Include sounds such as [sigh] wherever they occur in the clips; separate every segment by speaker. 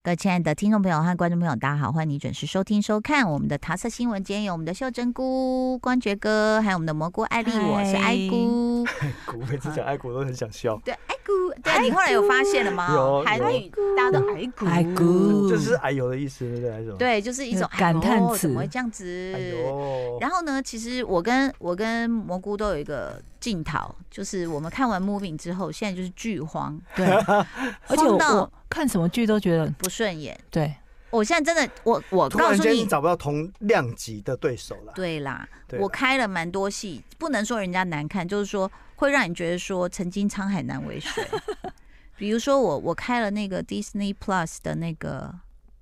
Speaker 1: 各位亲爱的听众朋友和观众朋友，大家好，欢迎你准时收听收看我们的桃色新闻。今天有我们的秀珍菇、光觉哥，还有我们的蘑菇艾丽，
Speaker 2: 嗨
Speaker 1: 我是艾菇。
Speaker 3: 我每次讲爱国都很想笑，
Speaker 1: 对，艾菇，对你后来有发现了吗？
Speaker 3: 有
Speaker 1: 韩语大家都艾菇，
Speaker 2: 爱菇，
Speaker 3: 这是“哎呦”的意思，对不对？还是什么？
Speaker 1: 嗯对，就是一种
Speaker 2: 感
Speaker 1: 哎呦
Speaker 2: 叹词
Speaker 1: 怎么会这样
Speaker 3: 哎
Speaker 1: 子？
Speaker 3: 呦，
Speaker 1: 然后呢，其实我跟我跟蘑菇都有一个镜头，就是我们看完 moving 之后，现在就是剧荒，
Speaker 2: 对， [laughs] 而且我
Speaker 1: 荒到
Speaker 2: 我看什么剧都觉得
Speaker 1: 不顺眼。
Speaker 2: 对，
Speaker 1: 我现在真的，我我
Speaker 3: 突
Speaker 1: 告
Speaker 3: 然
Speaker 1: 诉
Speaker 3: 间
Speaker 1: 你，
Speaker 3: 找不到同量级的对手了。
Speaker 1: 对啦，
Speaker 3: 对啦
Speaker 1: 我开了蛮多戏，不能说人家难看，就是说会让你觉得说曾经沧海难为
Speaker 3: [laughs]
Speaker 1: 水。比如说我我开了那个 Disney Plus 的那个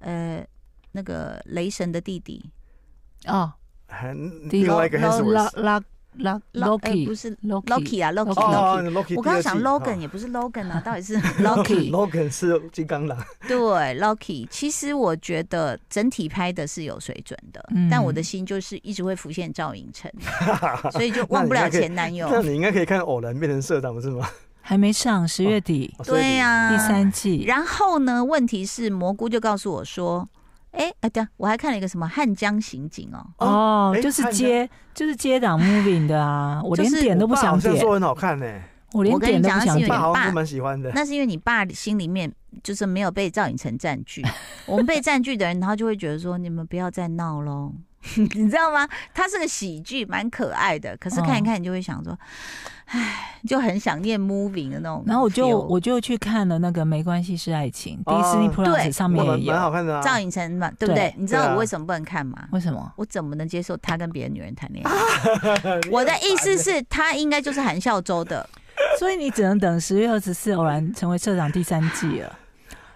Speaker 1: 呃那个雷神的弟弟
Speaker 2: 哦，
Speaker 3: 还
Speaker 2: 第一
Speaker 3: 啊另外一个 h e s w o r
Speaker 2: 拉
Speaker 3: t
Speaker 2: 拉拉
Speaker 1: ，Lo-
Speaker 3: 哎
Speaker 1: 呃不
Speaker 2: Loki
Speaker 1: 是
Speaker 2: Loki
Speaker 1: Loki 啊
Speaker 2: Loki，
Speaker 1: Loki。
Speaker 3: 哦，Loki，
Speaker 1: 我刚刚想
Speaker 3: 第二季哦
Speaker 1: Logan 也不是 Logan
Speaker 3: [laughs]
Speaker 1: 啊，到底是 Loki？
Speaker 3: Logan 是金刚狼，
Speaker 1: 对，Loki。其实我觉得整体拍的是有水准的，
Speaker 2: 嗯
Speaker 1: 但我的心就是一直会浮现赵寅
Speaker 3: [laughs]
Speaker 1: 成，所以就
Speaker 3: 那
Speaker 1: 忘
Speaker 3: 你
Speaker 1: 不了
Speaker 3: 那可以
Speaker 1: 前男友。
Speaker 3: 那你应该可以看偶然变成社长，不是吗？
Speaker 2: 还没上，十月底
Speaker 3: 哦所以
Speaker 1: 对呀、
Speaker 2: 第三季，
Speaker 1: 然后呢，问题是蘑菇就告诉我说：“哎、哎，对啊，我还看了一个什么《汉江刑警》哦，
Speaker 2: 哦
Speaker 3: 哎，
Speaker 2: 就是
Speaker 3: 看一下
Speaker 2: 接就是接档 moving 的
Speaker 3: [laughs]
Speaker 2: 啊，我连
Speaker 1: 就是
Speaker 2: 点都不
Speaker 3: 我爸
Speaker 2: 想
Speaker 3: 好像
Speaker 2: 点，
Speaker 3: 说很好看呢，
Speaker 2: 我连
Speaker 1: 我跟你
Speaker 2: 点都
Speaker 1: 讲它
Speaker 2: 不想
Speaker 1: 是有
Speaker 3: 爸
Speaker 2: 点
Speaker 1: 点。
Speaker 3: 好像是蛮喜欢的。
Speaker 1: 那是因为你爸心里面就是没有被赵寅成占
Speaker 2: [laughs]
Speaker 1: 据，我们被占据的人，他就会觉得说你们不要再闹喽。” [laughs] 你知道吗？它是个喜剧，蛮可爱的。可是
Speaker 2: 哦
Speaker 1: 看一看，你就会想说，唉，就很想念 moving 的那种 feel。
Speaker 2: 然后我就我就去看了那个《没关系是爱情》
Speaker 3: 哦
Speaker 2: ，Disney
Speaker 1: 对
Speaker 2: Plus 上面
Speaker 3: 蛮
Speaker 2: 也
Speaker 3: 蛮
Speaker 2: 有，
Speaker 3: 好看的啊，
Speaker 1: 赵寅成嘛，对不对
Speaker 2: 对？
Speaker 1: 你知道
Speaker 3: 对啊
Speaker 1: 我为什么不能看吗？
Speaker 2: 为什么？
Speaker 1: 我怎么能接受他跟别的女人谈恋爱？
Speaker 2: [laughs]
Speaker 1: 我的意
Speaker 2: 欸
Speaker 1: 思是，他应该就是韩孝周的，
Speaker 2: 所以你只能等十月二十四偶然成为社长第三季了，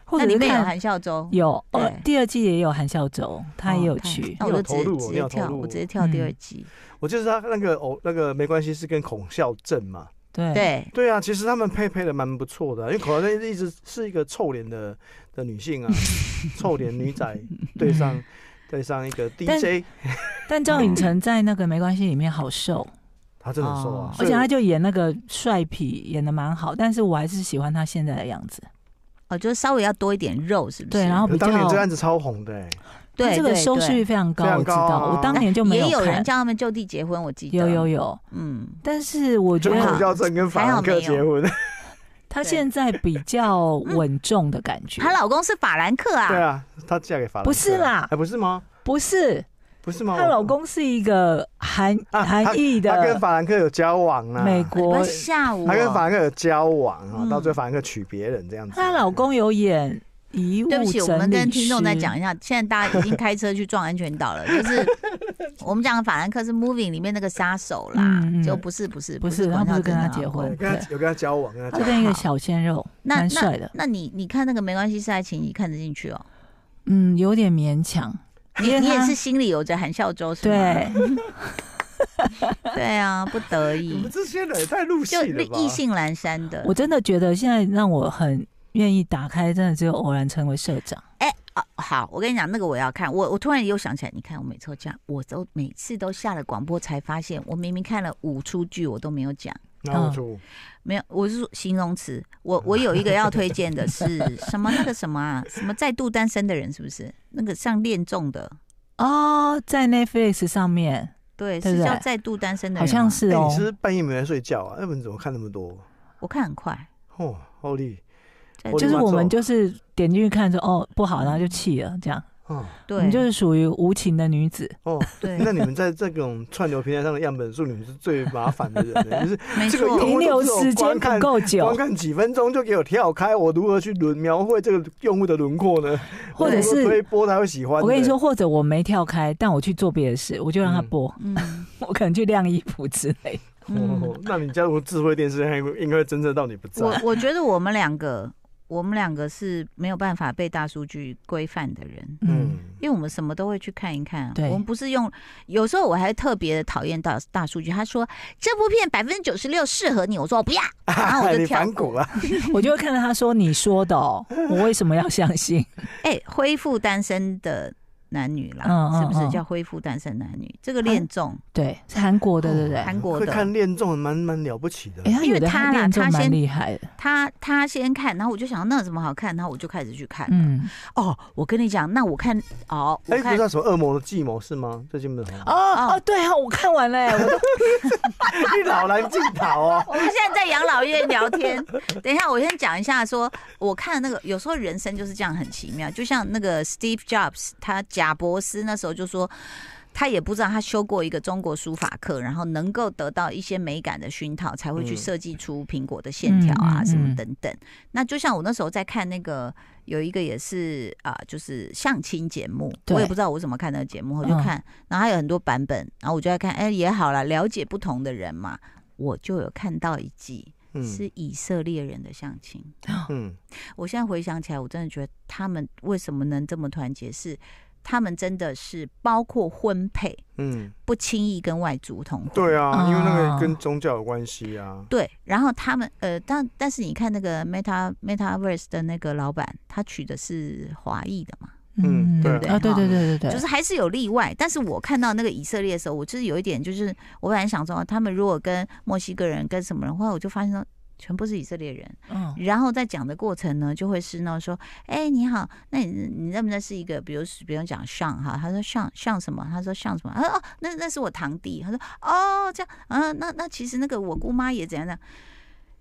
Speaker 2: 或
Speaker 1: 那里
Speaker 2: 者是
Speaker 1: 面有
Speaker 2: 看
Speaker 1: 韩孝周，
Speaker 2: 有
Speaker 1: 对
Speaker 2: 呃第二季也有韩孝周，他也有
Speaker 1: 哦
Speaker 2: 去，
Speaker 1: 那我就直
Speaker 3: 你有投入哦
Speaker 1: 直
Speaker 3: 你
Speaker 1: 接
Speaker 3: 有投
Speaker 1: 跳，
Speaker 3: 入
Speaker 1: 我直接跳第二
Speaker 2: 嗯
Speaker 1: 集。
Speaker 3: 我就是他那个偶那个没关系，是跟孔孝正嘛。
Speaker 2: 对
Speaker 1: 对，
Speaker 3: 对啊，其实他们配配的蛮不错的啊、因为孔孝真一直是一个臭脸的的女性啊，臭脸女仔
Speaker 2: [laughs]
Speaker 3: 对上对上一个 DJ，
Speaker 2: 但赵寅成在那个没关系里面好瘦，
Speaker 3: 她真的很瘦
Speaker 1: 哦，
Speaker 3: 啊所
Speaker 2: 而
Speaker 3: 以
Speaker 2: 且他就演那个帅痞，演的蛮好，但是我还是喜欢他现在的样子。
Speaker 1: 哦，就是稍微要多一点肉，是不是？
Speaker 2: 对，然后
Speaker 3: 可
Speaker 2: 比
Speaker 3: 是
Speaker 2: 较
Speaker 3: 当年这案子超红的、欸，
Speaker 1: 对
Speaker 2: 他这个
Speaker 1: 对
Speaker 2: 收视率
Speaker 1: 对
Speaker 2: 非常高，
Speaker 3: 非常
Speaker 2: 我知
Speaker 3: 高
Speaker 2: 道，
Speaker 3: 啊
Speaker 2: 我当年就没
Speaker 1: 也有人
Speaker 2: 看。
Speaker 1: 叫他们就地结婚，我记得
Speaker 2: 有有，有，
Speaker 1: 嗯，
Speaker 2: 但是我觉
Speaker 3: 就
Speaker 1: 真
Speaker 3: 孔
Speaker 1: 好
Speaker 2: 得
Speaker 3: 孝正跟法兰克结婚，
Speaker 2: 啊他现在比较
Speaker 1: 嗯
Speaker 2: 稳重的感觉。
Speaker 1: 她老公是法兰克
Speaker 3: 对
Speaker 1: 啊，
Speaker 3: 啊，她嫁给法兰克
Speaker 2: 不是啦
Speaker 3: 哎、不是吗？
Speaker 2: 不是，
Speaker 3: 不是吗？
Speaker 2: 她
Speaker 3: 我
Speaker 2: 老公是一个韩
Speaker 3: 啊
Speaker 2: 韩裔
Speaker 3: 她跟
Speaker 2: 的
Speaker 3: 法兰克有交往啊，
Speaker 2: 美
Speaker 1: 你不要
Speaker 2: 国，
Speaker 1: 吓我
Speaker 3: 她，跟法兰克有交往啊，
Speaker 1: 嗯
Speaker 3: 到最后法兰克娶别人这样子，
Speaker 2: 她老公有演遗物
Speaker 1: 对不起，我们
Speaker 2: 整
Speaker 1: 跟
Speaker 2: 理
Speaker 1: 听众再
Speaker 2: 师
Speaker 1: 讲一下，现在大家已经开车去撞安全岛了，
Speaker 2: [laughs]
Speaker 1: 就是我们讲的法兰克是 Moving 里面那个杀手啦，
Speaker 2: 嗯嗯
Speaker 1: 就不是不是
Speaker 2: 不是
Speaker 1: 管
Speaker 2: 他不是
Speaker 1: 孝真
Speaker 2: 跟他
Speaker 1: 的老
Speaker 2: 结
Speaker 1: 公
Speaker 2: 婚
Speaker 3: 有跟他有跟他交往，跟他
Speaker 2: 他
Speaker 3: 交往
Speaker 2: 跟一个小鲜肉，
Speaker 1: 那
Speaker 2: 蛮帅的，
Speaker 1: 那你你看那个没关系是爱情，你看得进去哦。
Speaker 2: 嗯，有点勉强。
Speaker 1: [laughs] 你你也
Speaker 2: 他
Speaker 1: 是心里有着韩孝周是吗？
Speaker 2: 对，
Speaker 1: [laughs] 对对啊，不得
Speaker 3: [laughs] 你
Speaker 1: 已
Speaker 3: 们这些人也太入戏
Speaker 1: 就
Speaker 3: 了吧？
Speaker 1: 意兴阑珊的
Speaker 2: 我。真的觉得现在让我很愿意打开，真的只有偶然成为社长。
Speaker 1: 啊好，我跟你讲，那个我要看。我我突然又想起来，你看我每次都这样，我都每次都下了广播才发现，我明明看了五出剧，我都没有讲。
Speaker 3: 然后我
Speaker 2: 嗯
Speaker 3: 就
Speaker 1: 没有，我是说形容词。
Speaker 3: [laughs]
Speaker 1: 我我有一个要推荐的是什么？那个什么啊？什么再度单身的人是不是？那个像恋综的，
Speaker 2: 哦，在 Netflix 上面
Speaker 1: 对，
Speaker 2: 对
Speaker 1: 是
Speaker 2: 不对
Speaker 1: 叫再度单身的人
Speaker 2: 好
Speaker 1: 吗，
Speaker 2: 像是
Speaker 3: 哎、
Speaker 2: 哦
Speaker 3: 你，是不是半夜没来睡觉啊？要不然你怎么看那么多？
Speaker 1: 我看很快，
Speaker 3: 哦，好厉哦
Speaker 1: 再
Speaker 3: 我
Speaker 2: 就
Speaker 3: 的
Speaker 2: 是
Speaker 3: 妈
Speaker 2: 我们
Speaker 3: 这
Speaker 2: 就是点进去看说哦不好，然后就弃了，这样。
Speaker 3: 哦
Speaker 2: 我
Speaker 1: 嗯对，
Speaker 2: 们就是属于无情的女子， [laughs]
Speaker 3: 哦。
Speaker 1: 对，
Speaker 3: 那你们在这种串流平台上的样本数，你们是最麻烦的人
Speaker 2: [laughs]
Speaker 3: 了，就是
Speaker 1: 没
Speaker 3: 这个
Speaker 1: 错
Speaker 3: 用。
Speaker 2: 停留时间不够
Speaker 3: 光
Speaker 2: 久，
Speaker 3: 看几分钟就给我跳开，我如何去轮描绘这个用户的轮廓呢？
Speaker 2: 或者
Speaker 3: 我如何推
Speaker 2: 是
Speaker 3: 播他会喜欢。哦
Speaker 2: 我跟你，说，或者我没跳开，但我去做别的事，我就让他
Speaker 3: 嗯
Speaker 2: 播，
Speaker 1: 嗯
Speaker 3: [laughs]
Speaker 2: 我可能去晾衣服之类的。
Speaker 1: 嗯
Speaker 3: 哦，那你加入智慧电视，应该应该会侦测到你不在
Speaker 1: 我。我觉得我们两个，我们两个是没有办法被大数据规范的人，
Speaker 2: 嗯，
Speaker 3: 嗯，
Speaker 1: 因为我们什么都会去看一看。啊
Speaker 2: 对
Speaker 1: 我们不是用，有时候我还特别的讨厌大大数据。他说这部片百分之九十六适合你，我说我不
Speaker 2: [laughs]
Speaker 1: 要，
Speaker 2: 啊
Speaker 1: 然后我就
Speaker 3: 啊你
Speaker 1: 跳
Speaker 3: 反
Speaker 1: 过
Speaker 3: 骨。了，
Speaker 1: [laughs]
Speaker 2: 我就会看到他说你说的哦，我为什么要相信？ [laughs]
Speaker 1: 哎、恢复单身的男女啦，
Speaker 2: 嗯嗯
Speaker 1: 是不是
Speaker 2: 嗯啊
Speaker 1: 叫恢复单身男女？这个恋综，
Speaker 2: 对，是韩国的，对不对？
Speaker 1: 哦韩国
Speaker 3: 会
Speaker 1: 的，
Speaker 3: 看恋综蛮蛮了不起的
Speaker 2: 哎，，他
Speaker 1: 因为
Speaker 2: 有的
Speaker 1: 他啦
Speaker 2: 练就
Speaker 1: 他
Speaker 2: 蛮
Speaker 1: 先
Speaker 2: 厉害的，
Speaker 1: 他他先看，然后我就想那有什么好看，然后我就开始去看。
Speaker 2: 嗯，
Speaker 1: 哦，我跟你讲，那我看哦，我
Speaker 3: 哎，不
Speaker 1: 看
Speaker 3: 是叫什么《恶魔的计谋》是吗？最近不是很红？
Speaker 2: 哦哦，对啊，我看完了，哎 [laughs] 我都
Speaker 3: 哎你老来进逃哦，
Speaker 1: 我们现在在养老院聊天。等一下，我先讲一下说我看那个有时候人生就是这样很奇妙，就像那个 Steve Jobs，他贾博斯那时候就说。他也不知道，他修过一个中国书法课，然后能够得到一些美感的熏陶，才会去
Speaker 3: 嗯
Speaker 1: 设计出苹果的线条啊，
Speaker 2: 嗯嗯
Speaker 1: 什么
Speaker 2: 嗯
Speaker 1: 等等。那就像我那时候在看那个有一个也是啊、就是相亲节目，
Speaker 2: 对
Speaker 1: 我也不知道我怎么看那个节目，我就
Speaker 2: 嗯
Speaker 1: 看，然后它有很多版本，然后我就在看，哎、也好了，了解不同的人嘛。我就有看到一集
Speaker 3: 嗯
Speaker 1: 是以色列人的相亲。
Speaker 3: 嗯，
Speaker 1: 我现在回想起来，我真的觉得他们为什么能这么团结，是他们真的是包括婚配
Speaker 3: 嗯，
Speaker 1: 不轻易跟外族同婚。
Speaker 3: 对啊，因为那
Speaker 2: 啊
Speaker 3: 个跟宗教有关系啊。
Speaker 1: 对然后他们呃，但但是你看那个 Meta MetaVerse 的那个老板，他娶的是华裔的嘛，
Speaker 3: 嗯
Speaker 1: 对
Speaker 2: 啊，对对对对对，
Speaker 1: 就是还是有例外。但是我看到那个以色列的时候，我就是有一点，就是我本来想说，他们如果跟墨西哥人跟什么人，后来我就发现说，全部是以色列人。
Speaker 2: 嗯
Speaker 1: 然后在讲的过程呢，就会是呢说，哎、你好，那你你认不认识一个，比如比如讲上哈，他说上上什么，他说上什么，他说哦，那那是我堂弟，他说哦这样，啊，那那其实那个我姑妈也怎样怎样，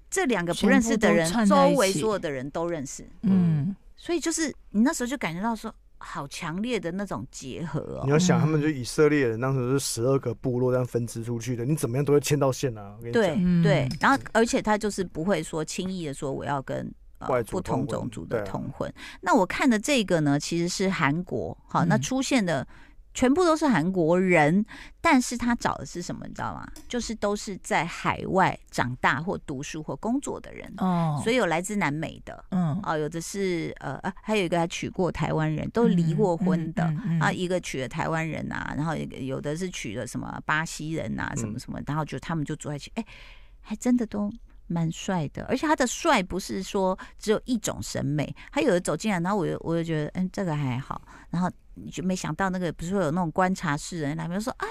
Speaker 1: 这两个不认识的人
Speaker 2: 全部，都
Speaker 1: 周
Speaker 2: 串在一起
Speaker 1: 围所有的人都认识，
Speaker 2: 嗯，
Speaker 1: 所以就是你那时候就感觉到说，好强烈的那种结合
Speaker 3: 你
Speaker 1: 哦，
Speaker 3: 要想，他们就以色列人当时是十二个部落这样分支出去的，你怎么样都会牵到线啊。我跟你
Speaker 1: 对
Speaker 3: 讲，
Speaker 2: 嗯
Speaker 1: 对，然后而且他就是不会说轻易的说我要跟。呃
Speaker 3: 外族
Speaker 1: 不同
Speaker 3: 同婚
Speaker 1: 种族的
Speaker 3: 对啊
Speaker 1: 同婚，那我看的这个呢，其实是韩国，好，那
Speaker 2: 嗯
Speaker 1: 出现的全部都是韩国人，但是他找的是什么，你知道吗？就是都是在海外长大或读书或工作的人，
Speaker 2: 哦，
Speaker 1: 所
Speaker 2: 以
Speaker 1: 以有来自南美的，
Speaker 2: 嗯，
Speaker 1: 哦，有的是呃啊，还有一个还娶过台湾人，
Speaker 2: 嗯
Speaker 1: 都离过婚的，啊，一个娶了台湾人啊，然后一个有的是娶了什么巴西人啊，什么
Speaker 3: 嗯
Speaker 1: 什么，然后就他们就住在一起，哎、还真的都蛮帅的，而且他的帅不是说只有一种审美，他有的走进来，然后我就我就觉得，嗯，这个还好，然后就没想到那个不是会有那种观察室人来，比如说啊。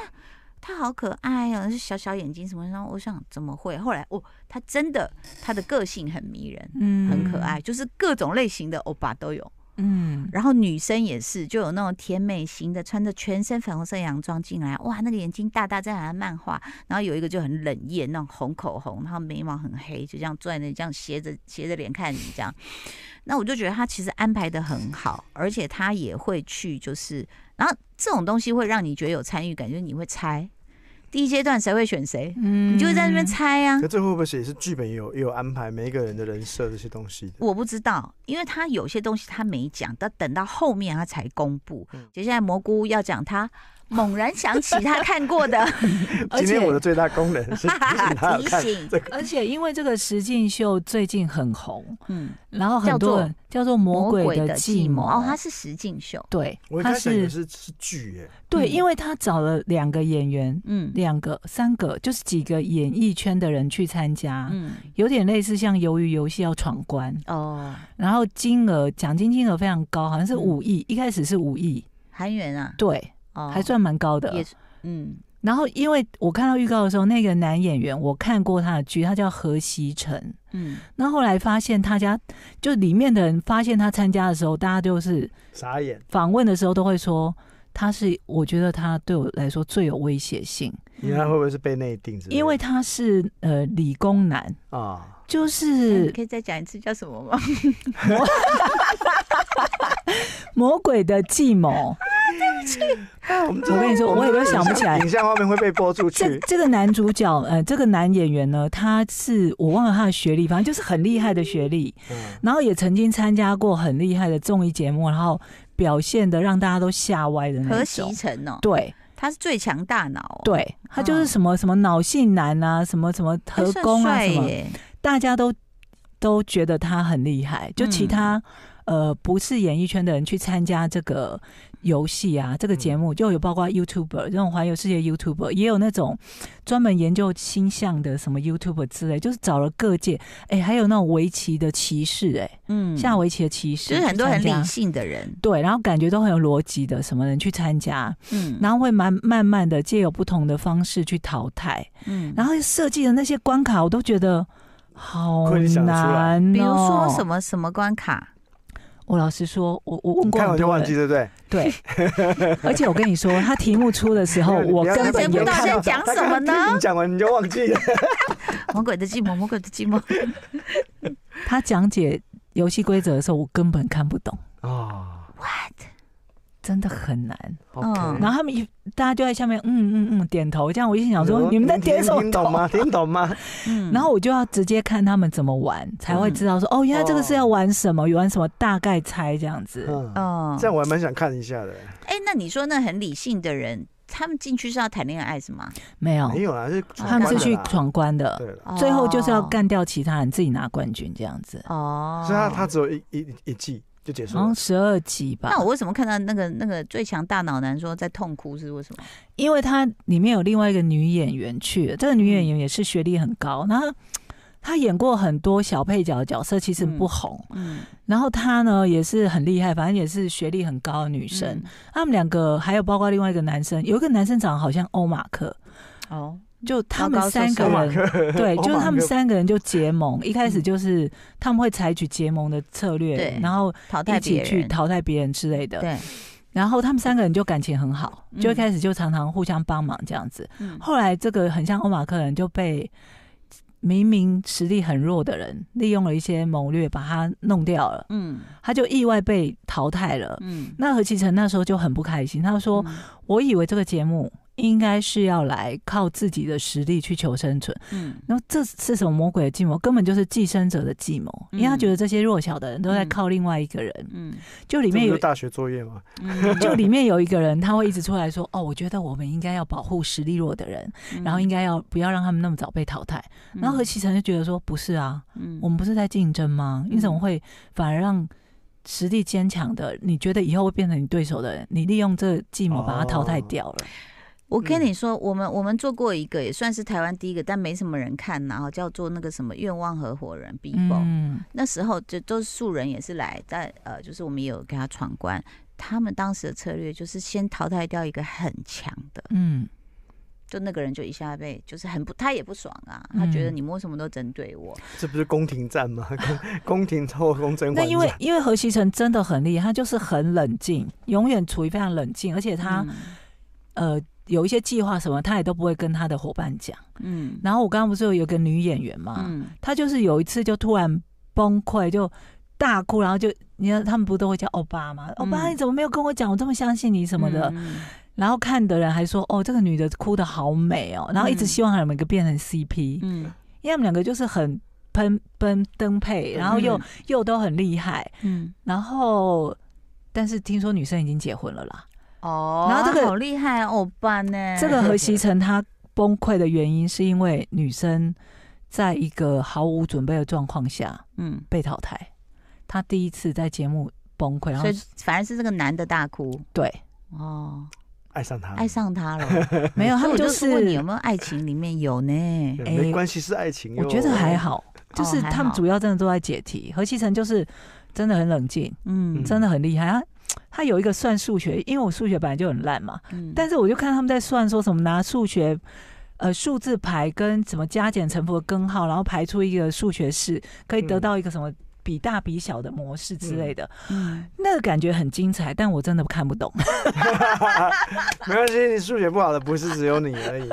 Speaker 1: 他好可爱哦，是小小眼睛什么的？然后我想怎么会？后来哦，他真的他的个性很迷人，
Speaker 2: 嗯
Speaker 1: 很可爱，，就是各种类型的欧巴都有。
Speaker 2: 嗯，
Speaker 1: 然后女生也是，就有那种甜美型的，穿着全身粉红色洋装进来，哇，那个眼睛大大，在像漫画。然后有一个就很冷艳，那种红口红，然后眉毛很黑，就这样坐在那里，这样斜着斜着脸看你这样。那我就觉得他其实安排的很好，而且他也会去，就是，然后这种东西会让你觉得有参与感，就是你会猜第一阶段谁会选谁，
Speaker 2: 嗯，
Speaker 1: 你就会在那边猜啊。
Speaker 3: 可这会不会也是剧本也有也有安排每一个人的人设这些东西的？
Speaker 1: 我不知道，因为他有些东西他没讲，到等到后面他才公布。
Speaker 3: 嗯
Speaker 1: 接下来蘑菇要讲他猛然想起他看过的
Speaker 2: 而且
Speaker 3: 今天我的最大功能 [laughs] 是提醒他有
Speaker 1: 提
Speaker 3: 看，
Speaker 1: 醒，
Speaker 2: 而且因为这个实境秀最近很红，
Speaker 1: 嗯，
Speaker 2: 然后很多人叫做《魔鬼的计谋》
Speaker 1: 哦，他是实境秀，
Speaker 2: 对
Speaker 3: 我，一
Speaker 2: 他
Speaker 3: 开始以为
Speaker 2: 是
Speaker 3: 是是剧耶，
Speaker 2: 对，
Speaker 1: 嗯
Speaker 2: 因为他找了两个演员，
Speaker 1: 嗯
Speaker 2: 两个、三个，就是几个演艺圈的人去参加，
Speaker 1: 嗯
Speaker 2: 有点类似像《鱿鱼游戏》要闯关，
Speaker 1: 哦，
Speaker 2: 然后金额奖金金额非常高，好像是
Speaker 1: 嗯
Speaker 2: 五亿，一开始是五亿，
Speaker 1: 韩元啊，
Speaker 2: 对，
Speaker 1: 哦，
Speaker 2: 还算蛮高的。
Speaker 1: 也是嗯
Speaker 2: 然后因为我看到预告的时候，那个男演员我看过他的剧，他叫何西成。
Speaker 1: 嗯，
Speaker 2: 那后来发现他家就里面的人发现他参加的时候，大家就是
Speaker 3: 傻眼。
Speaker 2: 访问的时候都会说他是，我觉得他对我来说最有威胁性，
Speaker 3: 你看会不会是被内定之类的？
Speaker 2: 因为他是呃理工男，
Speaker 3: 啊，
Speaker 2: 就
Speaker 1: 哎
Speaker 2: 是
Speaker 1: 你可以再讲一次叫什么吗？
Speaker 2: 魔鬼的计谋。我跟你说，我也都想不起来
Speaker 3: 哦影。像画面会被播出
Speaker 2: 这
Speaker 3: 去。
Speaker 2: 这个男主角，呃，这个男演员呢，他是我忘了他的学历，反正就是很厉害的学历，
Speaker 3: 嗯
Speaker 2: 然后也曾经参加过很厉害的综艺节目，然后表现的让大家都吓歪的那
Speaker 1: 何
Speaker 2: 种
Speaker 1: 其。成哦，
Speaker 2: 对
Speaker 1: 他是最强大脑、哦，，
Speaker 2: 对，他就是什么什么脑性男啊，什么什么
Speaker 1: 还
Speaker 2: 和
Speaker 1: 算
Speaker 2: 工啊，
Speaker 1: 帅
Speaker 2: 什么，
Speaker 1: 耶，
Speaker 2: 大家都都觉
Speaker 1: 嗯
Speaker 2: 得他很厉害。就其他、呃不是演艺圈的人去参加这个游戏啊，这个节
Speaker 1: 嗯
Speaker 2: 目就有包括 YouTuber 这种环游世界 YouTuber，也有那种专门研究星象的什么 YouTuber 之类，就是找了各界，哎、还有那种围棋的骑士、
Speaker 1: 嗯
Speaker 2: 哎，下围棋的骑士，
Speaker 1: 就是很多很
Speaker 2: 去参加
Speaker 1: 理性的人，
Speaker 2: 对，然后感觉都很有逻辑的什么人去参加，
Speaker 1: 嗯，
Speaker 2: 然后会慢慢慢的借有不同的方式去淘汰，
Speaker 1: 嗯，
Speaker 2: 然后设计的那些关卡，我都觉得好
Speaker 3: 亏你想得出来
Speaker 2: 难、哦。
Speaker 1: 比如说什？么什么关卡，
Speaker 2: 我老实说，我我问
Speaker 3: 你
Speaker 2: 过
Speaker 3: 看
Speaker 2: 很
Speaker 3: 完就
Speaker 2: 多
Speaker 3: 忘记，
Speaker 2: 人，
Speaker 3: 对不对？
Speaker 2: 对。 [laughs] 而且我跟你说，他题目出的时候，
Speaker 3: 因为 [laughs] 你
Speaker 2: 我
Speaker 3: 不要
Speaker 2: 根
Speaker 3: 看
Speaker 2: 本
Speaker 1: 不
Speaker 2: 也
Speaker 1: 到
Speaker 2: 看
Speaker 1: 在
Speaker 2: 不
Speaker 1: 讲
Speaker 3: 他
Speaker 1: 什么
Speaker 3: 刚刚听
Speaker 1: 呢
Speaker 3: 你讲完你就忘记了，
Speaker 1: 魔鬼的寂 [laughs] 寞，魔鬼的寂
Speaker 2: [laughs]
Speaker 1: 寞，
Speaker 2: 他讲解游戏规则的时候，我根本看不懂，
Speaker 3: 啊。
Speaker 2: 真的很难。
Speaker 1: 嗯
Speaker 2: 然后他们一大家就在下面嗯嗯嗯点头，这样我一心想
Speaker 3: 我
Speaker 2: 说你们在点什么
Speaker 3: 啊嗯听懂
Speaker 2: 头？
Speaker 3: 吗？听懂吗？
Speaker 1: 嗯
Speaker 2: [laughs] 然后我就要直接看他们怎么玩，才会知道说哦，原来这个是要玩什么，玩什么，大概猜这样子。
Speaker 3: 嗯，
Speaker 1: 哦，
Speaker 3: 这样我还蛮想看一下的。
Speaker 1: 哎、那你说那很理性的人，他们进去是要谈恋爱是吗？
Speaker 2: 没有，
Speaker 3: 没有啦，是
Speaker 1: 闯
Speaker 2: 哦他们是
Speaker 1: 关
Speaker 2: 去
Speaker 3: 闯
Speaker 2: 闯关的
Speaker 3: 哎关的啦。，对
Speaker 2: [laughs]
Speaker 3: 了，
Speaker 2: 最后就是要
Speaker 1: 哦
Speaker 2: 干掉其他人，自己拿冠军这样子。
Speaker 1: 哦。
Speaker 3: 所以他他
Speaker 2: 嗯
Speaker 3: 只有一一一季就结束
Speaker 2: 好
Speaker 3: 了
Speaker 2: 像。十二集吧
Speaker 1: 那，我为什么看到那个那个最强大脑男说在痛哭是为什么？
Speaker 2: 因为它里面有另外一个女演员去了，这个女
Speaker 1: 嗯
Speaker 2: 演员也是学历很高，然后她演过很多小配角的角色，其实
Speaker 1: 嗯
Speaker 2: 不红。
Speaker 1: 嗯，
Speaker 2: 然后她呢也是很厉害，反正也是学历很高的女生。
Speaker 1: 嗯
Speaker 2: 他们两个还有包括另外一个男生，有一个男生长得好像欧马克，
Speaker 1: 哦，
Speaker 2: 就他
Speaker 1: 高
Speaker 2: 们
Speaker 1: 高
Speaker 2: 三
Speaker 1: 瘦
Speaker 2: 个
Speaker 1: 瘦 [laughs]
Speaker 2: 人，对，
Speaker 3: 欧
Speaker 2: 就是
Speaker 3: 马
Speaker 2: 他们
Speaker 3: 克
Speaker 2: 三个人就结盟，一开始就是他们会采取结盟的策略
Speaker 1: 嗯对，
Speaker 2: 然后
Speaker 1: 淘汰
Speaker 2: 一
Speaker 1: 别
Speaker 2: 起去
Speaker 1: 人，
Speaker 2: 淘汰别人之类的。
Speaker 1: 对，
Speaker 2: 然后他们三个人就感情很好，
Speaker 1: 嗯
Speaker 2: 就一开始就常常互相帮忙这样子。
Speaker 1: 嗯
Speaker 2: 后来这个很像欧马克人就被明明实力很弱的人利用了一些谋略把他弄掉了，
Speaker 1: 嗯
Speaker 2: 他就意外被淘汰了。
Speaker 1: 嗯，
Speaker 2: 那何其成那时候就很不开心，他就说：“我以为这个节目应该是要来靠自己的实力去求生存，
Speaker 1: 嗯，
Speaker 2: 那这是什么魔鬼的计谋？根本就是寄生者的计谋，因为他
Speaker 1: 嗯
Speaker 2: 觉得这些弱小的人都在
Speaker 1: 嗯
Speaker 2: 靠另外一个人。
Speaker 1: 嗯
Speaker 2: 就里
Speaker 3: 里
Speaker 2: 面有
Speaker 3: 大学作业嘛，
Speaker 1: [laughs] 嗯，
Speaker 2: 就里面有一个人，他会一直出来说：“哦，我觉得我们应该要保护实力弱的人， [laughs] 然后应该要不要让他们那么早被淘汰。”
Speaker 1: 嗯，
Speaker 2: 然后何其成就觉得说：“不是啊，
Speaker 1: 嗯，
Speaker 2: 我们不是在竞争吗？你怎么会反而让实力坚强的，你觉得以后会变成你对手的人，你利用这计谋把他淘汰掉了？”
Speaker 1: 哦我跟
Speaker 3: 嗯
Speaker 1: 你说，我们我们做过一个，也算是台湾第一个，但没什么人看呐，然后叫做那个什么愿望合伙人 b i b o
Speaker 2: 嗯，
Speaker 1: 那时候就都是素人也是来，但呃，就是我们也有给他闯关。他们当时的策略就是先淘汰掉一个很强的，
Speaker 2: 嗯，
Speaker 1: 就那个人就一下被，就是很不，他也不爽啊，他觉得
Speaker 2: 嗯
Speaker 1: 你为什么都针对我？
Speaker 3: 这不是宫廷战吗？ [laughs] 宫宫廷后宫甄
Speaker 2: 那
Speaker 3: 嬛
Speaker 2: 因为
Speaker 3: 传，
Speaker 2: 因为何其成真的很厉害，他就是很冷静，永远处于非常冷静，而且他、
Speaker 1: 嗯
Speaker 2: 呃有一些计划什么，他也都不会跟他的伙伴讲。
Speaker 1: 嗯，
Speaker 2: 然后我刚刚不是有一个女演员嘛，
Speaker 1: 嗯
Speaker 2: 她就是有一次就突然崩溃，就大哭，然后就你看他们不都会叫欧巴吗？欧巴，你怎么没有跟我讲？我这么相信你什么的。
Speaker 1: 嗯
Speaker 2: 然后看的人还说，哦，这个女的哭的好美哦，然后一直
Speaker 1: 嗯
Speaker 2: 希望他们两个变成 CP，、
Speaker 1: 嗯，
Speaker 2: 因为他们两个就是很喷奔登配，然后又、
Speaker 1: 嗯
Speaker 2: 又都很厉害，
Speaker 1: 嗯，
Speaker 2: 然后。但是听说女生已经结婚了啦。
Speaker 1: 哦，
Speaker 2: 然后这个
Speaker 1: 好厉害哦，欧巴呢？
Speaker 2: 这个何其成她崩溃的原因是因为女生在一个毫无准备的状况下，
Speaker 1: 嗯，
Speaker 2: 被淘汰，他第一次在节目崩溃，然后
Speaker 1: 所以反而是这个男的大哭
Speaker 2: 对，
Speaker 1: 哦，
Speaker 3: 爱上他，
Speaker 1: 爱上他了。
Speaker 2: 没有，他
Speaker 1: 所以
Speaker 2: 们
Speaker 1: 我
Speaker 2: 就
Speaker 1: 就是是问你有没有爱情里面有呢？
Speaker 3: 对
Speaker 2: 哎
Speaker 3: 没关系，是爱情哟。
Speaker 2: 我觉得还好，就是
Speaker 1: 哦还
Speaker 2: 他们
Speaker 1: 好
Speaker 2: 主要真的都在解题。何其成就是真的很冷静，
Speaker 1: 嗯，
Speaker 2: 真的很厉害。他他有一个算数学，因为我数学本来就很烂嘛，
Speaker 1: 嗯
Speaker 2: 但是我就看他们在算说什么拿数学。呃，数字牌跟什么加减乘除的根号，然后排出一个数学式，可以得
Speaker 3: 嗯
Speaker 2: 到一个什么比大比小的模式之类的，
Speaker 1: 嗯
Speaker 2: 那个感觉很精彩，但我真的看不懂。
Speaker 3: 没关系，你数学不好的不是只有你
Speaker 2: [laughs]
Speaker 3: 而已。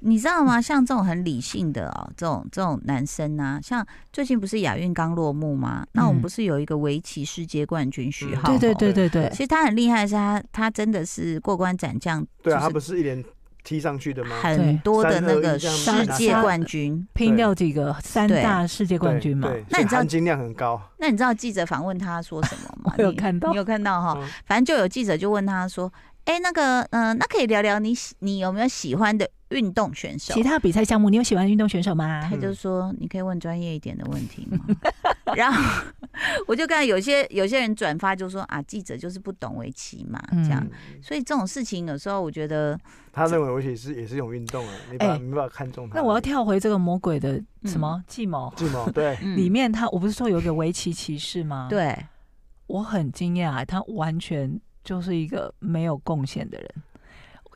Speaker 1: 你知道吗？像这种很理性的哦，这种这种男生啊，像最近不是亚运刚落幕吗？那我们
Speaker 2: 嗯
Speaker 1: 不是有一个围棋世界冠军徐
Speaker 3: 嗯
Speaker 1: 浩、
Speaker 2: 对
Speaker 1: 吗？
Speaker 2: 哦对对对对
Speaker 1: 其，实他很厉害，是他他真的是过关斩将，
Speaker 3: 对啊，
Speaker 1: 就
Speaker 3: 他不
Speaker 1: 是
Speaker 3: 是一连踢上去的吗？
Speaker 1: 很多的那
Speaker 3: 对
Speaker 1: 个
Speaker 3: 三
Speaker 1: 世
Speaker 2: 二一这样
Speaker 1: 界冠军。
Speaker 2: 拼掉几个三大世界冠军嘛。？
Speaker 3: 对，对
Speaker 1: 那你知道
Speaker 3: 含金量很高，
Speaker 1: 那你知道记者访问他说什么吗
Speaker 2: 我有
Speaker 1: 你
Speaker 2: 看到
Speaker 1: 你有看到哈
Speaker 3: 嗯？
Speaker 1: 反正就有记者就问他说：“哎，那个，嗯、那可以聊聊你喜你有没有喜欢的运动选手
Speaker 2: 其？”他比赛项目，你有喜欢运动选手吗
Speaker 1: 他？就说：“你可以问专业一点的问题吗？” [laughs] 然后我就看有些有些人转发就说啊，记者就是不懂围棋嘛，这样。
Speaker 2: 嗯
Speaker 1: 所以这种事情有时候我觉得，，
Speaker 3: 他认为围棋是也是一种运动啊，你把、
Speaker 2: 哎
Speaker 3: 你把它看中它。
Speaker 2: 那我要跳回这个魔鬼的什么计谋、
Speaker 3: 计谋对
Speaker 1: 嗯
Speaker 2: 里面他，我不是说有一个围棋骑士吗？，
Speaker 1: 对
Speaker 2: 我很惊讶，他完全就是一个没有贡献的人，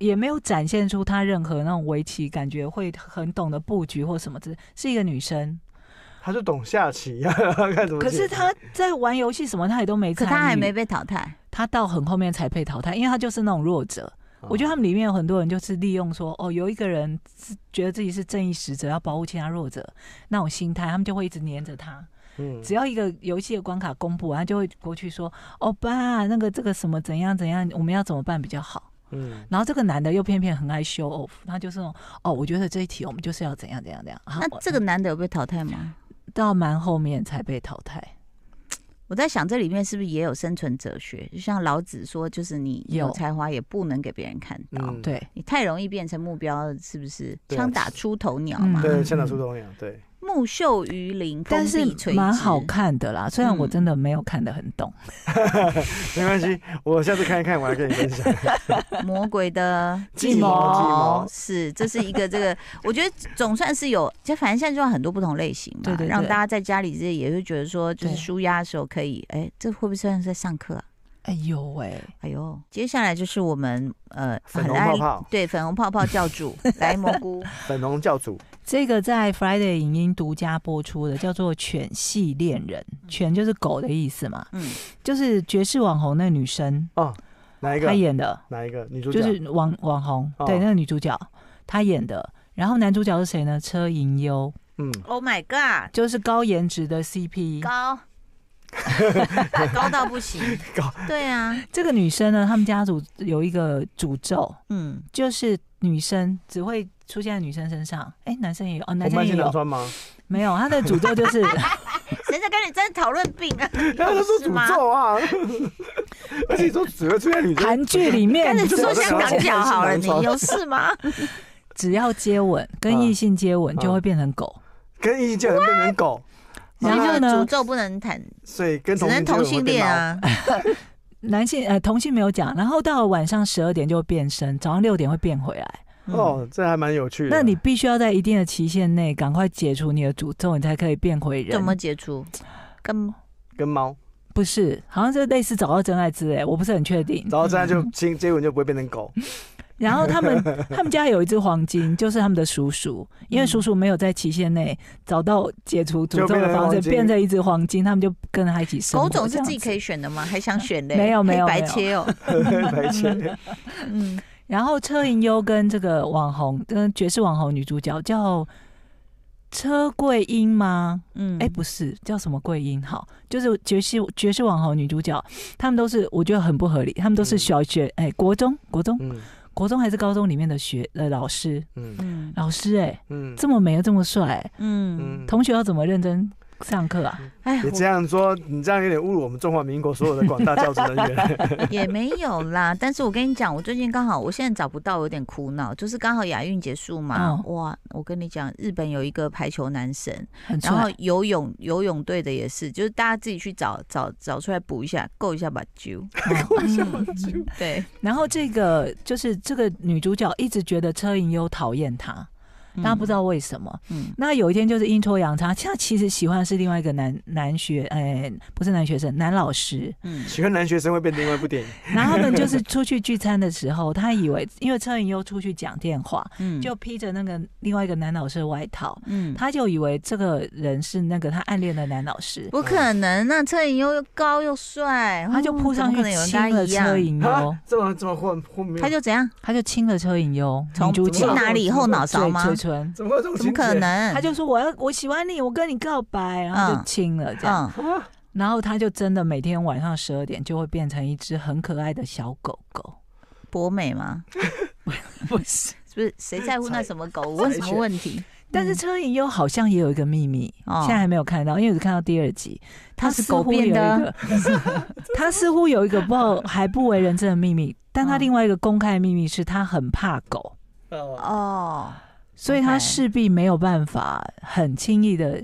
Speaker 2: 也没有展现出他任何那种围棋感觉会很懂得布局或什么之，是一个女生。
Speaker 3: 他就懂下棋 [laughs] 啊，看怎么
Speaker 2: 可
Speaker 3: 解。
Speaker 2: 是她在玩游戏什么，她也都没
Speaker 1: 可
Speaker 2: 参与，啊
Speaker 1: 他还没，被淘汰。
Speaker 2: 她到很后面才被淘汰，因为她就是那种弱者。
Speaker 3: 哦，
Speaker 2: 我觉得他们里面有很多人就是利用说，哦，有一个人自觉得自己是正义使者，要保护其他弱者那种心态，他们就会一直黏着他。
Speaker 3: 嗯
Speaker 2: 只要一个游戏的关卡公布，他就会过去说，哦爸，那个这个什么怎样怎样，我们要怎么办比较好？
Speaker 3: 嗯，
Speaker 2: 然后这个男的又偏偏很爱 show off，他就是那种，哦，我觉得这一题我们就是要怎样怎样怎样。啊
Speaker 1: 那
Speaker 2: 我
Speaker 1: 这个男的有被淘汰吗？
Speaker 2: 到蛮后面才被淘汰，
Speaker 1: 我在想，这里面是不是也有生存哲学？就像老子说，就是你有
Speaker 2: 有
Speaker 1: 才华也不能给别人看到，
Speaker 3: 嗯
Speaker 2: 对，
Speaker 1: 你太容易变成目标，是不是？
Speaker 3: 对啊
Speaker 1: 枪打出头鸟嘛，
Speaker 3: 对，
Speaker 2: 嗯
Speaker 3: 像打出头一样，对，
Speaker 1: 木秀于林，
Speaker 2: 但是
Speaker 1: 风必垂
Speaker 2: 蛮
Speaker 1: 直
Speaker 2: 好。看的啦。虽然我
Speaker 1: 嗯
Speaker 2: 真的没有看得很懂，
Speaker 3: 没关系，我下次看一看，我来跟你分享。
Speaker 1: [laughs] 魔鬼的
Speaker 3: 计谋计谋
Speaker 1: 是，这是一个
Speaker 3: [laughs]
Speaker 1: 这个，我觉得总算是有，就反正现在就有很多不同类型嘛，
Speaker 2: 对对对
Speaker 1: 让大家在家里这也会觉得说，就是
Speaker 2: 对
Speaker 1: 舒压的时候可以，哎，这会不会算是在上课啊？
Speaker 2: 哎呦喂，
Speaker 1: 哎呦，接下来就是我们呃
Speaker 3: 粉
Speaker 1: 很
Speaker 3: 红
Speaker 1: 爱
Speaker 3: 泡泡
Speaker 1: 对粉红泡泡教主
Speaker 3: [laughs]
Speaker 1: 来蘑菇，
Speaker 3: 粉红教主，
Speaker 2: 这个在 Friday 影音独家播出的，叫做《犬系恋人》，
Speaker 3: 嗯
Speaker 2: 犬就是狗的意思嘛，
Speaker 1: 嗯，
Speaker 2: 就是爵士网红那女生
Speaker 3: 哪一个
Speaker 2: 她？演的，
Speaker 3: 哪一个女主角？
Speaker 2: 就是网网红，
Speaker 3: 哦
Speaker 2: 对，那个女主角她演的。然后男主角是谁呢？车银优，
Speaker 3: 嗯，
Speaker 1: Oh my god，
Speaker 2: 就是高颜值的 CP。
Speaker 3: [laughs]
Speaker 1: 高高到不行，
Speaker 3: 高
Speaker 1: 对啊，
Speaker 2: 这个女生呢，他们家族有一个诅咒，
Speaker 1: 嗯，
Speaker 2: 就是女生只会出现在女生身上，哎，男生也有，哦，男生
Speaker 3: 红斑
Speaker 2: 也
Speaker 3: 性狼
Speaker 2: 有，
Speaker 3: 疮吗？
Speaker 2: 没有，她的诅咒
Speaker 3: [laughs]
Speaker 2: 就是。
Speaker 1: 谁在跟你在讨论病啊？
Speaker 3: 然后他说
Speaker 1: 是吗
Speaker 3: 诅咒啊， [laughs] 而且你说只会出现女生，
Speaker 2: 韩剧里面
Speaker 1: 跟你
Speaker 3: 就
Speaker 1: 说
Speaker 3: 我在
Speaker 1: 香
Speaker 3: 想
Speaker 1: 港脚好了，
Speaker 3: [laughs] 红斑
Speaker 1: 你
Speaker 3: 性狼疮
Speaker 1: 有事吗？
Speaker 2: 只要接吻，跟异性接吻
Speaker 3: 嗯
Speaker 2: 就会变成狗。
Speaker 3: 跟异性人变成狗，
Speaker 2: 然后
Speaker 1: 诅
Speaker 2: 呢，
Speaker 1: 咒不能谈，
Speaker 3: 所以跟
Speaker 1: 只
Speaker 3: 同
Speaker 1: 能同
Speaker 2: 哦
Speaker 1: 性恋
Speaker 3: 啊。
Speaker 2: 哎
Speaker 1: 啊。
Speaker 2: 男性呃同性没有讲，然后到了晚上十二点就会变身，早上六点会变回来。
Speaker 1: 嗯，
Speaker 3: 哦，这还蛮有趣的。
Speaker 2: 那你必须要在一定的期限内赶快解除你的诅咒，你才可以变回人。
Speaker 1: 怎么解除？跟
Speaker 3: 跟猫，
Speaker 2: 不是？好像是类似找到真爱之类，我不是很确定。嗯
Speaker 3: 然后这样就亲接吻就不会变
Speaker 2: [laughs]
Speaker 3: 成狗。
Speaker 2: 然后他们 [laughs] 他们家有一只黄金，就是他们的叔叔，因为
Speaker 1: 嗯
Speaker 2: 叔叔没有在期限内找到解除诅咒
Speaker 3: 就变
Speaker 2: 的
Speaker 3: 成
Speaker 2: 方
Speaker 3: 黄
Speaker 2: 式，
Speaker 3: 金
Speaker 2: 变成一只黄金，他们就跟他一起生活。
Speaker 1: 狗总是自己可
Speaker 2: 以。
Speaker 1: 以选的吗？还想选嘞？
Speaker 2: 没有没有
Speaker 1: 黑白
Speaker 2: 没有
Speaker 1: 切哦。
Speaker 3: 白痴，
Speaker 1: 嗯，
Speaker 2: 然后车银优跟这个网红，跟爵士网红女主角叫车桂英吗？
Speaker 1: 嗯
Speaker 2: [laughs] 哎、不是，叫什么桂英？好，就是爵士爵士网红女主角，她们都是我觉得很不合理，她们都是
Speaker 3: 嗯
Speaker 2: 小学哎、国中国中
Speaker 3: 嗯
Speaker 2: 国中还是高中里面的学呃老师
Speaker 3: 嗯
Speaker 1: 嗯
Speaker 2: 老师哎、
Speaker 3: 嗯
Speaker 2: 这么美又这么帅、
Speaker 1: 嗯，
Speaker 2: 同学要怎么认真上课啊？
Speaker 1: [laughs] 哎，
Speaker 3: 你
Speaker 1: 我
Speaker 3: 这样说，你这样有点侮辱我们中华民国所有的广大教职人
Speaker 1: [laughs]
Speaker 3: 员。
Speaker 1: 也没有啦， [laughs] 但是我跟你讲，我最近刚好，我现在找不到，有点苦恼，就是刚好亚运结束嘛，
Speaker 2: 嗯
Speaker 1: 哇，我跟你讲，日本有一个排球男神，
Speaker 2: 很
Speaker 1: 然后
Speaker 2: 帅，
Speaker 1: 游泳游泳队的也是，就是大家自己去找找找出来补一下，够一下吧，
Speaker 2: [laughs]
Speaker 1: 揪，嗯对，
Speaker 2: 然后这个就是这个女主角一直觉得车银优讨厌她，
Speaker 1: 大
Speaker 2: 大家不知，道为什么。
Speaker 1: 嗯
Speaker 2: 那有一天就是阴错阳差，他其实喜欢的是另外一个男男学，哎、不是男学生， [laughs] 男老师。
Speaker 1: 嗯
Speaker 3: 喜欢男学生会变另外一部电影，
Speaker 1: [laughs]
Speaker 2: 然后他们就是出去聚餐的时候，他以为因为车银优出去讲电话，
Speaker 1: 嗯
Speaker 2: 就披着那个另外一个男老师的外套，
Speaker 1: 嗯，
Speaker 2: 他就以为这个人是那个他暗恋的男老师，
Speaker 1: [laughs] 不可能那车影优又高又帅，哦
Speaker 2: 他就扑上
Speaker 1: 怎么可能
Speaker 2: 去
Speaker 1: 有人
Speaker 2: 亲
Speaker 1: 跟他
Speaker 2: 了
Speaker 1: 一
Speaker 2: 车
Speaker 1: 样，
Speaker 2: 银优
Speaker 3: 啊，， [laughs] 这么这么混混谬，
Speaker 1: 他就怎样，
Speaker 2: 他就亲了车银优，
Speaker 1: 从
Speaker 2: 女主
Speaker 1: 亲
Speaker 2: 角
Speaker 1: 哪里后脑勺
Speaker 2: 嘴
Speaker 1: 吗嗯
Speaker 2: 嘴？唇，
Speaker 3: 怎么会有这种
Speaker 1: [laughs] 怎么
Speaker 3: 情节
Speaker 1: 可？能？
Speaker 2: 他就说我要我喜欢你，我跟你告白，然后就
Speaker 1: 嗯
Speaker 2: 亲了这样。
Speaker 1: 嗯，
Speaker 3: 啊
Speaker 2: 然后它就真的每天晚上十二点就会变成一只很可爱的小狗狗，
Speaker 1: 博美吗？
Speaker 2: 不是？
Speaker 1: 是 [laughs] 不是谁在乎那
Speaker 3: 才
Speaker 1: 什么狗？我问什么
Speaker 3: 选
Speaker 1: 问题？
Speaker 2: 但是车银优好像也有一个秘密，
Speaker 1: 哦
Speaker 2: 现在还没有看到，因为我只看到第二集。
Speaker 1: 它
Speaker 2: 它
Speaker 1: 是
Speaker 2: 似
Speaker 1: 狗
Speaker 2: 乎有
Speaker 1: 变
Speaker 2: 一
Speaker 1: 的啊
Speaker 2: 个，
Speaker 1: [laughs]
Speaker 2: 它似乎有一个不好还不为人知的秘密，但它
Speaker 1: 嗯
Speaker 2: 另外一个公开的秘密是它很怕狗，
Speaker 3: 哦
Speaker 1: 哦，
Speaker 2: 所以它
Speaker 1: OK
Speaker 2: 势必没有办法很轻易的，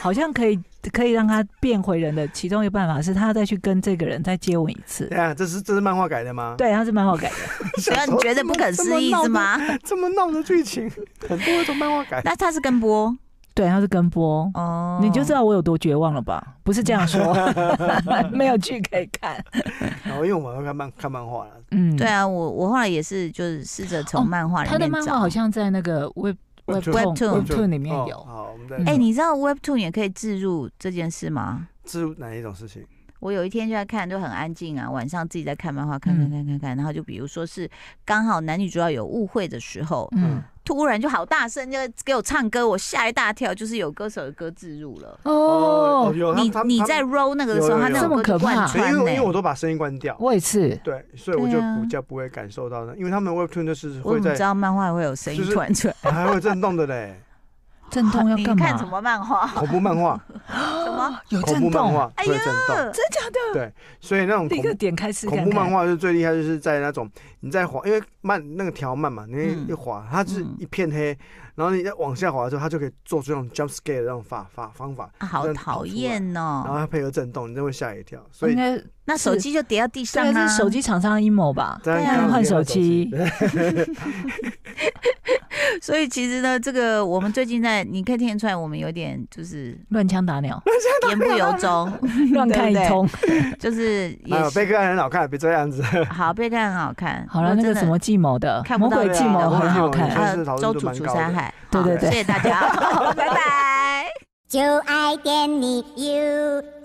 Speaker 2: 好像可以可以让他变回人的其中一个办法是，他再去跟这个人再接吻一次。
Speaker 3: 对啊，这是这是漫画改的吗？
Speaker 2: 对，他是蛮好改的。
Speaker 1: 只要你觉得不可思议是吗？
Speaker 3: 这么闹的剧情，很多都漫画改。
Speaker 1: 那他是跟播
Speaker 2: 对，他是跟播，
Speaker 1: 哦，
Speaker 2: 你就知道我有多绝望了吧？不是这样说，没有剧可以看。
Speaker 3: 然后因为我们要看漫看漫画了，
Speaker 2: 嗯，
Speaker 1: 对啊，我我后来也是就是试着从
Speaker 2: 哦
Speaker 1: 漫画里
Speaker 2: 他
Speaker 1: 面
Speaker 2: 的漫画
Speaker 1: 找
Speaker 2: 好。像在那个 Web
Speaker 3: Webtoon
Speaker 1: Webtoon
Speaker 2: Webtoon 里面
Speaker 3: 哦
Speaker 2: 有。
Speaker 3: 好，我们再
Speaker 2: 嗯
Speaker 1: 哎、你知道 Webtoon 也可以置入这件事吗？
Speaker 3: 置入哪一种事情？
Speaker 1: 我有一天就在看，就很安静啊，晚上自己在看漫画，看看
Speaker 2: 嗯
Speaker 1: 看看看，然后就比如说是刚好男女主要有误会的时候，
Speaker 2: 嗯，
Speaker 1: 突然就好大声，就给我唱歌，我吓一大跳，就是有歌手的歌置入了。
Speaker 2: 哦，
Speaker 3: 有
Speaker 1: 你你在 roll 那个的时候，
Speaker 3: 有
Speaker 1: 他
Speaker 3: 有
Speaker 1: 那
Speaker 3: 有
Speaker 1: 首歌就贯
Speaker 3: 因为
Speaker 1: 穿
Speaker 3: 因
Speaker 1: 呢、
Speaker 3: 为我都把声音关掉，
Speaker 2: 我也是。
Speaker 3: 对，所以我就
Speaker 1: 对啊
Speaker 3: 比较不会感受到那，因为他们 Webtoon 就是
Speaker 1: 我
Speaker 3: 会
Speaker 1: 怎么知
Speaker 3: 在
Speaker 1: 道漫画会有声音
Speaker 3: 就是
Speaker 1: 突然出来？哦
Speaker 3: 还会震动
Speaker 1: [laughs]
Speaker 3: 的嘞，
Speaker 2: 震动要
Speaker 1: 你
Speaker 2: 干
Speaker 1: 看什
Speaker 2: 嘛？
Speaker 1: 么漫画？
Speaker 3: 恐怖漫画，
Speaker 1: 什么？哎
Speaker 2: 有
Speaker 3: 恐怖
Speaker 2: 哦震
Speaker 3: 漫
Speaker 2: 动，哎
Speaker 3: 画会震动，
Speaker 2: 真假的？
Speaker 3: 所以那种
Speaker 2: 第一
Speaker 3: 恐
Speaker 2: 个点开始看
Speaker 3: 恐
Speaker 2: 看
Speaker 3: 怖漫，画就最厉害，就是在那种你在滑，因为慢那个条慢嘛，你
Speaker 1: 嗯
Speaker 3: 一滑，它是
Speaker 1: 嗯
Speaker 3: 一片黑，然后你在往下滑的时候，它就可以做出那种 jump scare 的那种法法方法，
Speaker 1: 啊好讨厌
Speaker 3: 然后
Speaker 1: 哦！
Speaker 3: 它配合震动，你就会吓一跳。所以
Speaker 2: 应该
Speaker 1: 那手机就跌到地
Speaker 2: 这
Speaker 1: 上
Speaker 2: 个
Speaker 1: 啊！
Speaker 2: 是手，机厂商的阴谋吧？
Speaker 3: 当
Speaker 1: 对啊
Speaker 3: 然
Speaker 2: 换手机，
Speaker 3: [laughs]
Speaker 1: 所以其实呢，这个我们最近在，你可以听得出来，我们有点就是
Speaker 2: 乱枪打鸟，
Speaker 1: 言不由衷，
Speaker 2: 乱看一
Speaker 1: 对不对
Speaker 2: 通。
Speaker 1: 就是也
Speaker 3: 哎呦，贝克汉很好看，别这样子。
Speaker 1: 好，贝克汉很好看。
Speaker 2: 好了，那个什么计谋的
Speaker 1: 看
Speaker 2: 魔
Speaker 1: 不到
Speaker 2: 鬼
Speaker 1: 的
Speaker 2: 计谋很好
Speaker 3: 对啊
Speaker 2: 看，
Speaker 1: 还有
Speaker 3: 真是讨论
Speaker 1: 周
Speaker 3: 度
Speaker 1: 楚
Speaker 3: 蛮
Speaker 1: 除
Speaker 3: 高的
Speaker 1: 山海，
Speaker 2: 对对
Speaker 1: 好
Speaker 2: 对
Speaker 1: 谢谢大家，拜拜。
Speaker 4: 就爱点你 UFO。